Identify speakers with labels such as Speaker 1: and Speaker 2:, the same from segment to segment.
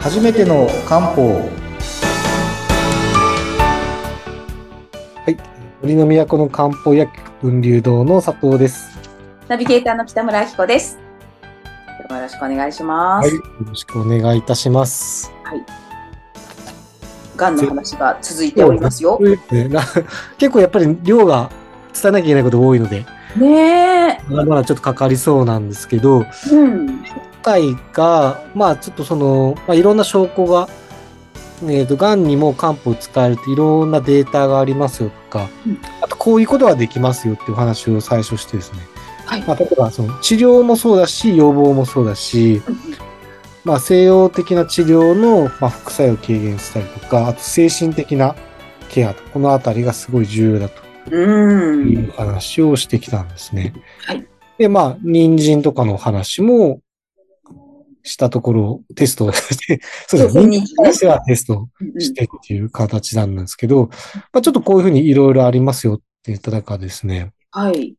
Speaker 1: 初めての漢方
Speaker 2: はい、森の都の漢方薬局雲流堂の佐藤です。
Speaker 3: ナビゲーターの北村明子です。今日もよろしくお願いしま
Speaker 2: はい、
Speaker 3: す。
Speaker 2: よろしくお願いいたします。
Speaker 3: がんの話が続いておりますよ。
Speaker 2: ねな結構やっぱり量が伝えなきゃいけないこと多いので、
Speaker 3: ねえ。
Speaker 2: まだまだちょっとかかりそうなんですけど、今
Speaker 3: うん。
Speaker 2: 回が、まあちょっとその、まあ、いろんな証拠が、えっ、と、癌にも漢方使えるといろんなデータがありますよとか、
Speaker 3: うん
Speaker 2: あとこういうことができますよっていうお話を最初してですね。
Speaker 3: はい
Speaker 2: まあ、例えばその治療もそうだし、予防もそうだし、まあ、西洋的な治療の、まあ、副作用を軽減したりとか、あと精神的なケアと、このあたりがすごい重要だと
Speaker 3: う
Speaker 2: い
Speaker 3: ん。
Speaker 2: う話をしてきたんですね。
Speaker 3: はい
Speaker 2: で、まあ、人参とかの話もしたところ、テストを して、そうですね。
Speaker 3: そうそ
Speaker 2: 人
Speaker 3: う
Speaker 2: 参に関してはテスト
Speaker 3: うん
Speaker 2: してっていう形なんですけど、まあ、ちょっとこういうふうにいろいろありますよって言った中ですね、
Speaker 3: はい。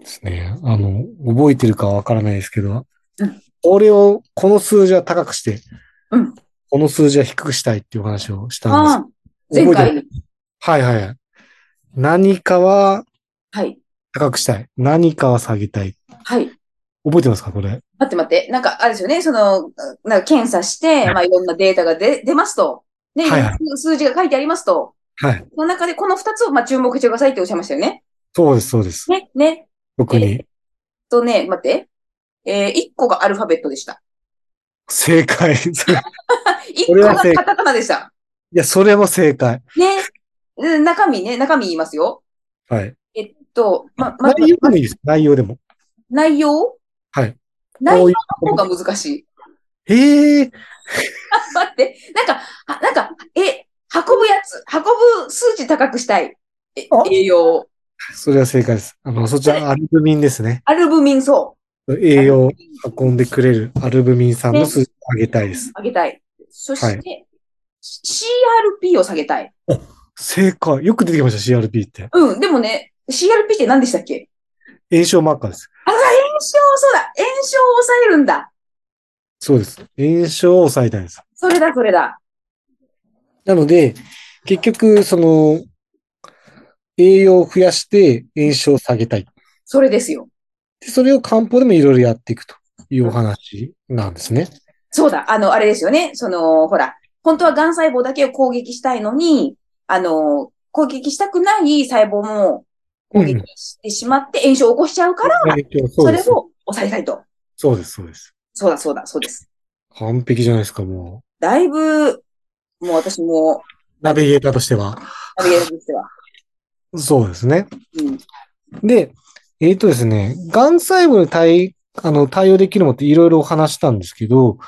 Speaker 2: ですね。あの、覚えてるかはわからないですけど、
Speaker 3: うん
Speaker 2: これを、この数字は高くして、
Speaker 3: うん
Speaker 2: この数字は低くしたいっていうお話をしたんです。
Speaker 3: あ前
Speaker 2: 覚えてる
Speaker 3: 回。
Speaker 2: はいはいはい。何かは
Speaker 3: はい。
Speaker 2: 高くしたい。何かは下げたい。
Speaker 3: はい。待
Speaker 2: 覚えてますかこれ。
Speaker 3: って待って。なんか、あれですよね。その、なんか検査して、
Speaker 2: はい
Speaker 3: まあ、いろんなデータが出出ますと。ね、
Speaker 2: はいは
Speaker 3: 数字が書いてありますと。
Speaker 2: はい。
Speaker 3: その中で、この2つを、まあ、注目してくださいっておっしゃいましたよね。
Speaker 2: そうです、そうです。
Speaker 3: ね、ね。
Speaker 2: 特に。
Speaker 3: とね、待って。えー、1個がアルファベットでした。
Speaker 2: 正解。い
Speaker 3: 1
Speaker 2: こ
Speaker 3: 個
Speaker 2: れは
Speaker 3: が
Speaker 2: 正解
Speaker 3: カタカナでした。
Speaker 2: や、それも正解。
Speaker 3: ね。うん中身ね、中身言いますよ。
Speaker 2: はい。
Speaker 3: えっと、ま、ま
Speaker 2: 内容でもいいです。内容でも。
Speaker 3: 内容
Speaker 2: はい。
Speaker 3: 内
Speaker 2: こう
Speaker 3: 容
Speaker 2: いう
Speaker 3: の方が難しい。
Speaker 2: ええ
Speaker 3: 待って、なんか、あなんか、え、運ぶやつ、運ぶ数値高くしたい。え
Speaker 2: あ
Speaker 3: 栄養。
Speaker 2: それは正解です。あの、そちらアルブミンですね。
Speaker 3: アルブミン、そ
Speaker 2: 栄養を運んでくれるアルブミン酸の数字を上げたいです
Speaker 3: う。。あげたい。そして、
Speaker 2: は
Speaker 3: CRP を下げたい。
Speaker 2: 正解。よく出てきました、CRP って。
Speaker 3: うん、でもね、CRP って何でしたっけ
Speaker 2: 炎症マーカーです。
Speaker 3: あ、炎症、そうだ炎症を抑えるんだ
Speaker 2: そうです。炎症を抑えたいです。
Speaker 3: それだ、それだ。
Speaker 2: なので、結局、その、栄養を増やして炎症を下げたい。
Speaker 3: それですよ。
Speaker 2: でそれを漢方でもいろいろやっていくというお話なんですね。
Speaker 3: そうだ、あの、あれですよね。その、ほら、本当は癌細胞だけを攻撃したいのに、あの、攻撃したくない細胞も攻撃してしまって炎症を起こしちゃうから、
Speaker 2: 炎症そ
Speaker 3: そう
Speaker 2: で
Speaker 3: れ
Speaker 2: す。
Speaker 3: を抑えたいと。
Speaker 2: そうです、そうです。
Speaker 3: そうだ、そうだ、そうです。
Speaker 2: 完璧じゃないですか、も
Speaker 3: だいぶ、もう私
Speaker 2: う。
Speaker 3: も、
Speaker 2: ナビゲーターとしては。
Speaker 3: ナビゲーターとしては。
Speaker 2: そうですね。
Speaker 3: うん。
Speaker 2: で、えっ、とですね、がん細胞に対、あの、対応できるのっていろいろお話したんですけど、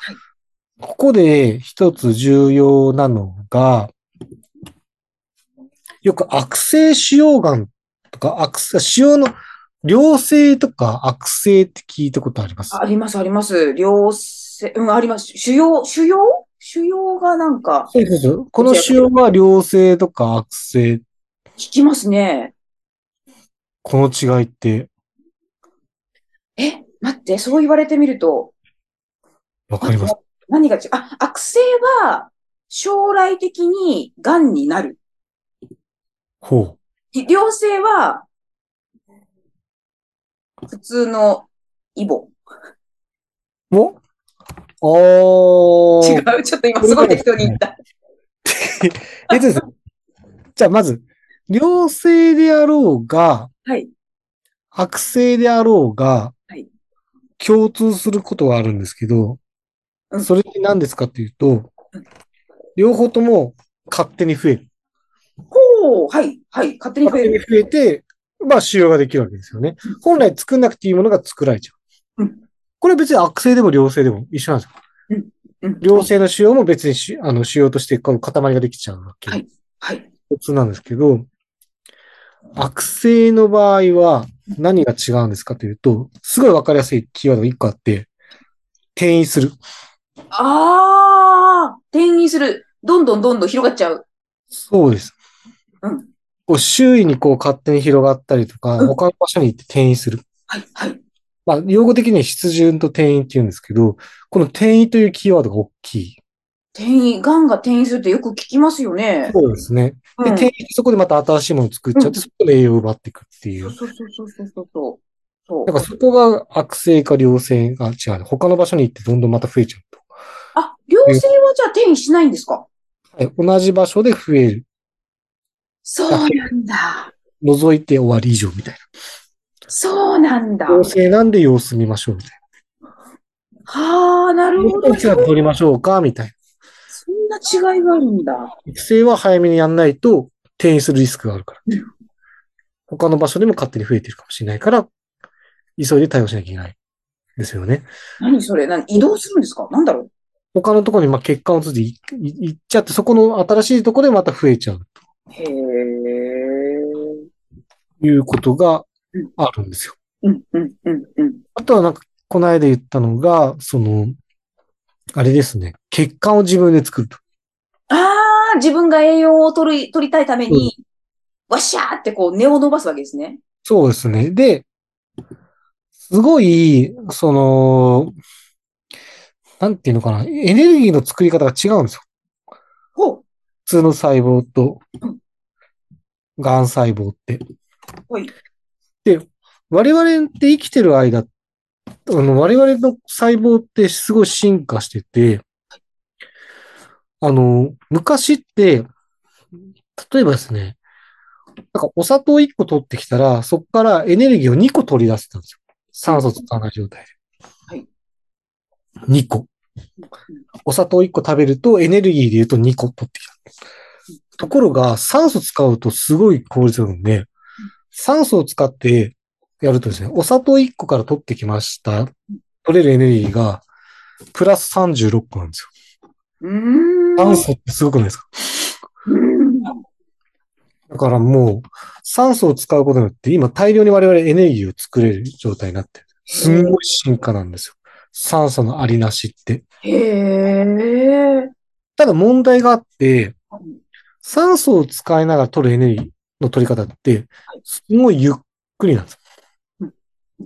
Speaker 2: ここで一つ重要なのが、よく悪性腫瘍がんとか、悪性、腫瘍の良性とか悪性って聞いたことあります
Speaker 3: あります、あります。良性、うん、あります。腫瘍、腫瘍腫瘍がなんか、
Speaker 2: そうそうそう。この腫瘍は良性とか悪性、
Speaker 3: 効きますね。
Speaker 2: この違いって
Speaker 3: え、待って、そう言われてみると、
Speaker 2: わかります
Speaker 3: 何が違うあ、悪性は、将来的に癌になる。
Speaker 2: ほ
Speaker 3: 良性は、普通のイボ。
Speaker 2: う。おあー。
Speaker 3: 違う。ちょっと今すごい適当に言った。
Speaker 2: えっとですねじゃあまず、良性であろうが、
Speaker 3: はい
Speaker 2: 悪性であろうが、
Speaker 3: はい
Speaker 2: 共通することはあるんですけど、
Speaker 3: うん
Speaker 2: それって何ですかっていうと
Speaker 3: うん、
Speaker 2: 両方とも勝手に増える。
Speaker 3: ほう、はい、はい。勝手に増
Speaker 2: 勝
Speaker 3: え
Speaker 2: 手に
Speaker 3: る。
Speaker 2: 増えて、まあ使用ができるわけですよね。本来作んなくていいものが作られちゃう。
Speaker 3: うん
Speaker 2: これ別に悪性でも良性でも一緒なんですよ。
Speaker 3: うん
Speaker 2: 良性の使用も別にしあの使用としてこの塊ができちゃうわけ。
Speaker 3: はい。
Speaker 2: 一つなんですけど、悪性の場合は何が違うんですかというと、すごいわかりやすいキーワードが一個あって、転移する。
Speaker 3: あー、転移する。どんどんどんどん広がっちゃう。
Speaker 2: そうです。
Speaker 3: うん
Speaker 2: こう周囲にこう勝手に広がったりとか、
Speaker 3: うん
Speaker 2: 他の場所に行って転移する。
Speaker 3: はい、はい。
Speaker 2: まあ、用語的には必順と転移って言うんですけど、この転移というキーワードが大きい。
Speaker 3: 転移、癌が転移するってよく聞きますよね。
Speaker 2: そうですね。
Speaker 3: う
Speaker 2: で、
Speaker 3: ん
Speaker 2: 転移そこでまた新しいものを作っちゃって、
Speaker 3: うん
Speaker 2: そこで栄養を奪っていくっていう
Speaker 3: そう。そうそうそうそうそう。そう
Speaker 2: だからそこが悪性か良性が違う。他の場所に行ってどんどんまた増えちゃうと。
Speaker 3: あ、良性はじゃあ転移しないんですか
Speaker 2: はい、同じ場所で増える。
Speaker 3: そうなんだ。
Speaker 2: 覗いて終わり以上みたい
Speaker 3: そうなんだ
Speaker 2: な。。良性なんで様子見ましょうみたい
Speaker 3: はあ、なるほ
Speaker 2: な。ど
Speaker 3: ど。
Speaker 2: っちが取りましょうかみたいな。
Speaker 3: そんな違いがあるんだ。
Speaker 2: 育成は早めにやんないと転移するリスクがあるから。他の場所でも勝手に増えてるかもしれないから、急いで対応しなきゃいけない。ですよね。
Speaker 3: 何それ何移動するんですかなんだろう
Speaker 2: 他のところにまあ血管を通じていいいっちゃって、そこの新しいところでまた増えちゃう
Speaker 3: へえ。
Speaker 2: ということがあるんですよ。
Speaker 3: うん、うん、うん、うん。
Speaker 2: あとはなんか、この間言ったのが、その、あれですね。血管を自分で作ると。
Speaker 3: ああ、自分が栄養を取る、取りたいために、わっしゃーってこう、根を伸ばすわけですね。
Speaker 2: そうですね。で、すごい、その、なんていうのかな。エネルギーの作り方が違うんですよ。
Speaker 3: ほ
Speaker 2: 普通の細胞と
Speaker 3: うん、
Speaker 2: 癌細胞って。
Speaker 3: う。はい。
Speaker 2: 我々って生きてる間、あの、我々の細胞ってすごい進化してて、あの、昔って、例えばですね、なんかお砂糖1個取ってきたら、そこからエネルギーを2個取り出せたんですよ。酸素と同じ状態で。
Speaker 3: はい。
Speaker 2: 2個。お砂糖1個食べるとエネルギーで言うと2個取ってきた。ところが、酸素使うとすごい効率なんで、酸素を使ってやるとですね、お砂糖1個から取ってきました。取れるエネルギーが、プラス36個なんです
Speaker 3: うーん。
Speaker 2: よ。酸素ってすごくないですか
Speaker 3: うん
Speaker 2: だからもう、酸素を使うことによって、今大量に我々エネルギーを作れる状態になってる。すんごい進化なんですよ。酸素のありなしって。
Speaker 3: へえ。
Speaker 2: ただ問題があって、酸素を使いながら取るエネルギーの取り方って、すごいゆっくりなんです
Speaker 3: う
Speaker 2: よ。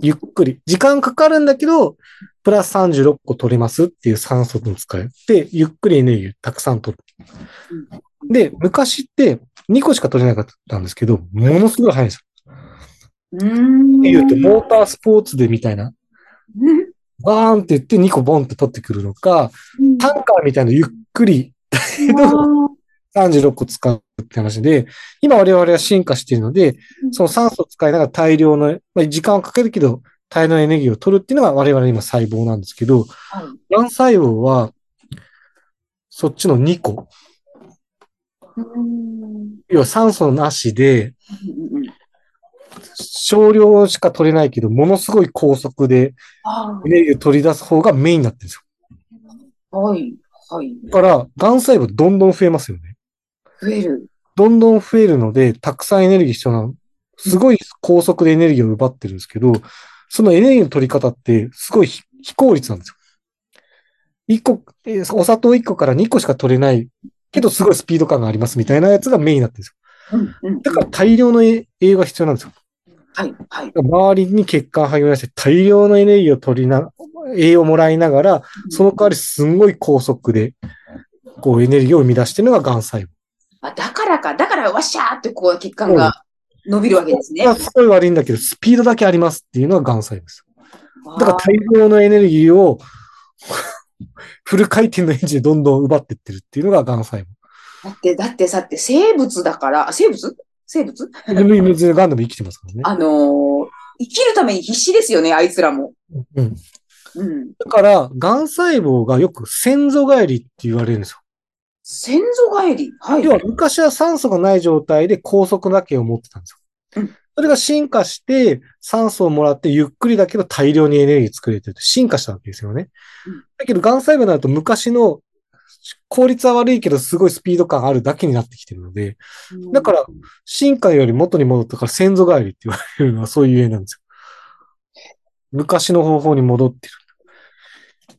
Speaker 2: ゆっくり。時間かかるんだけど、プラス36個取れますっていう酸素の使いで、ゆっくりエネルギーたくさん取る。で、昔って2個しか取れなかったんですけど、ものすごい速いんですよ。
Speaker 3: うーん。
Speaker 2: っていうと、モータースポーツでみたいな、
Speaker 3: うん
Speaker 2: バーンって言って2個ボンって取ってくるのか、
Speaker 3: うん
Speaker 2: タンカーみたいなゆっくり36個使うって話で、今我々は進化しているので、その酸素を使いながら大量の、まあ、時間はかかるけど、大量のエネルギーを取るっていうのが我々の今細胞なんですけど、
Speaker 3: はい
Speaker 2: 卵細胞は、そっちの2個、
Speaker 3: うんうん
Speaker 2: 要は酸素なしで、
Speaker 3: うん
Speaker 2: 少量しか取れないけど、ものすごい高速で
Speaker 3: あ
Speaker 2: エネルギーを取り出す方がメインになってるんですよ。
Speaker 3: ーはい。はい。
Speaker 2: だから、癌細胞どんどん増えますよね。
Speaker 3: 増える。
Speaker 2: どんどん増えるので、たくさんエネルギー必要なの。すごい高速でエネルギーを奪ってるんですけど、そのエネルギーの取り方って、すごい非非効率なんですよ。一個、えーお砂糖1個から2個しか取れないけど、すごいスピード感がありますみたいなやつがメインになってるんですよ。
Speaker 3: うんうん
Speaker 2: だから大量のえ栄養が必要なんですよ。
Speaker 3: はい。はい。
Speaker 2: 周りに血管を励まして大量のエネルギーを取りな、栄養をもらいながら、その代わりすんごい高速で、こうエネルギーを生み出してるのが癌細胞。
Speaker 3: あだからか。だから、わっしゃーってこう、血管が伸びるわけですね。
Speaker 2: まあすごい悪いんだけど、スピードだけありますっていうのは癌細胞です。だから
Speaker 3: あー
Speaker 2: 大量のエネルギーを、 フル回転のエンジンでどんどん奪ってってるっていうのが癌細胞。
Speaker 3: だって、だってさって生物だから、あ生物生物
Speaker 2: でも別に癌でも生きてますからね。
Speaker 3: あのー生きるために必死ですよね、あいつらも。
Speaker 2: うん、
Speaker 3: うん。
Speaker 2: だから、癌細胞がよく先祖返りって言われるんですよ。
Speaker 3: 先祖返り。はい。
Speaker 2: 要は昔は酸素がない状態で高速な毛を持ってたんです
Speaker 3: う
Speaker 2: よ
Speaker 3: ん。
Speaker 2: それが進化して、酸素をもらってゆっくりだけど大量にエネルギー作れてる。進化したわけですよね
Speaker 3: うん。
Speaker 2: だけど、癌細胞になると昔の効率は悪いけどすごいスピード感あるだけになってきてるので、
Speaker 3: うん
Speaker 2: だから進化より元に戻ったから先祖返りって言われるのはそういう絵なんですよ。昔の方法に戻ってる。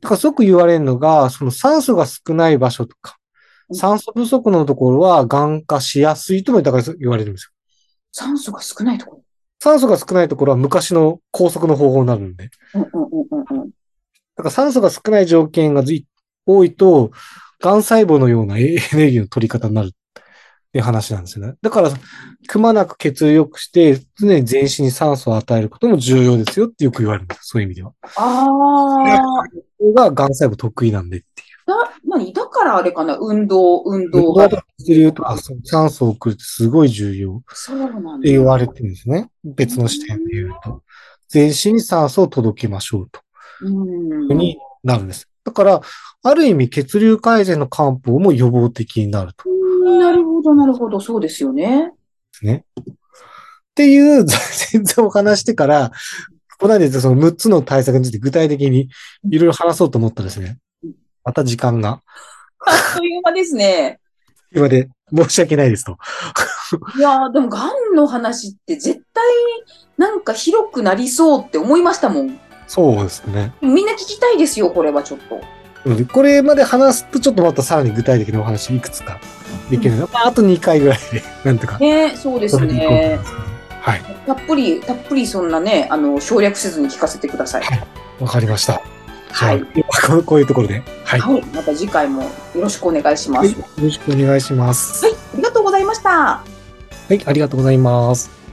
Speaker 2: だからすごく言われるのが、その酸素が少ない場所とか、
Speaker 3: うん
Speaker 2: 酸素不足のところは癌化しやすいともだから言われるんですよ。
Speaker 3: 酸素が少ないとこ
Speaker 2: 酸素が少ないところは昔の高速の方法になるんで。だ
Speaker 3: ろ。うんうんうんうんうん。
Speaker 2: から酸素が少ない条件がずい多いと、癌細胞のようなエネルギーの取り方になるって話なんですよね。だから、くまなく血を良くして、常に全身に酸素を与えることも重要ですよってよく言われるんです。そういう意味では。
Speaker 3: ああ。
Speaker 2: それが癌細胞得意なんでっていう。
Speaker 3: だ、何だからあれかな運動、運動
Speaker 2: どう
Speaker 3: が
Speaker 2: やっ。て言うと、あそう酸素を送るってすごい重要。
Speaker 3: そうなん
Speaker 2: って
Speaker 3: だ。
Speaker 2: 言われてるんですね。別の視点で言うと。全身に酸素を届けましょうと
Speaker 3: う
Speaker 2: い
Speaker 3: ん
Speaker 2: うふう。になるんです。だから、ある意味血流改善の漢方も予防的になるとで
Speaker 3: なるほど、なるほど。そうですよね。
Speaker 2: すね。っていう、 全然お話してから、この間言ったその6つの対策について具体的にいろいろ話そうと思ったらですね
Speaker 3: うん。
Speaker 2: また時間が。
Speaker 3: あっという間ですね。
Speaker 2: 今で申し訳ないですと。
Speaker 3: いやーでも、がんの話って絶対、なんか広くなりそうって思いましたもん。
Speaker 2: そうですね。
Speaker 3: みんな聞きたいですよ、これはちょっと。
Speaker 2: なのでこれまで話すとちょっとまたさらに具体的なお話いくつかできるの。まああと2回ぐらいで、 なんとか。
Speaker 3: ね、そうです
Speaker 2: それでいこうと思い
Speaker 3: ね
Speaker 2: ま。すはい。
Speaker 3: たっぷり、たっぷりそんなね、あの、省略せずに聞かせてください。
Speaker 2: わかりました。じゃ
Speaker 3: は
Speaker 2: あ、
Speaker 3: い。
Speaker 2: こうこういうところで。はい。
Speaker 3: はい。また次回もよろしくお願いしま
Speaker 2: はい
Speaker 3: す。
Speaker 2: よろしくお願いします。
Speaker 3: はい。ありがとうございました。
Speaker 2: はい、ありがとうございます。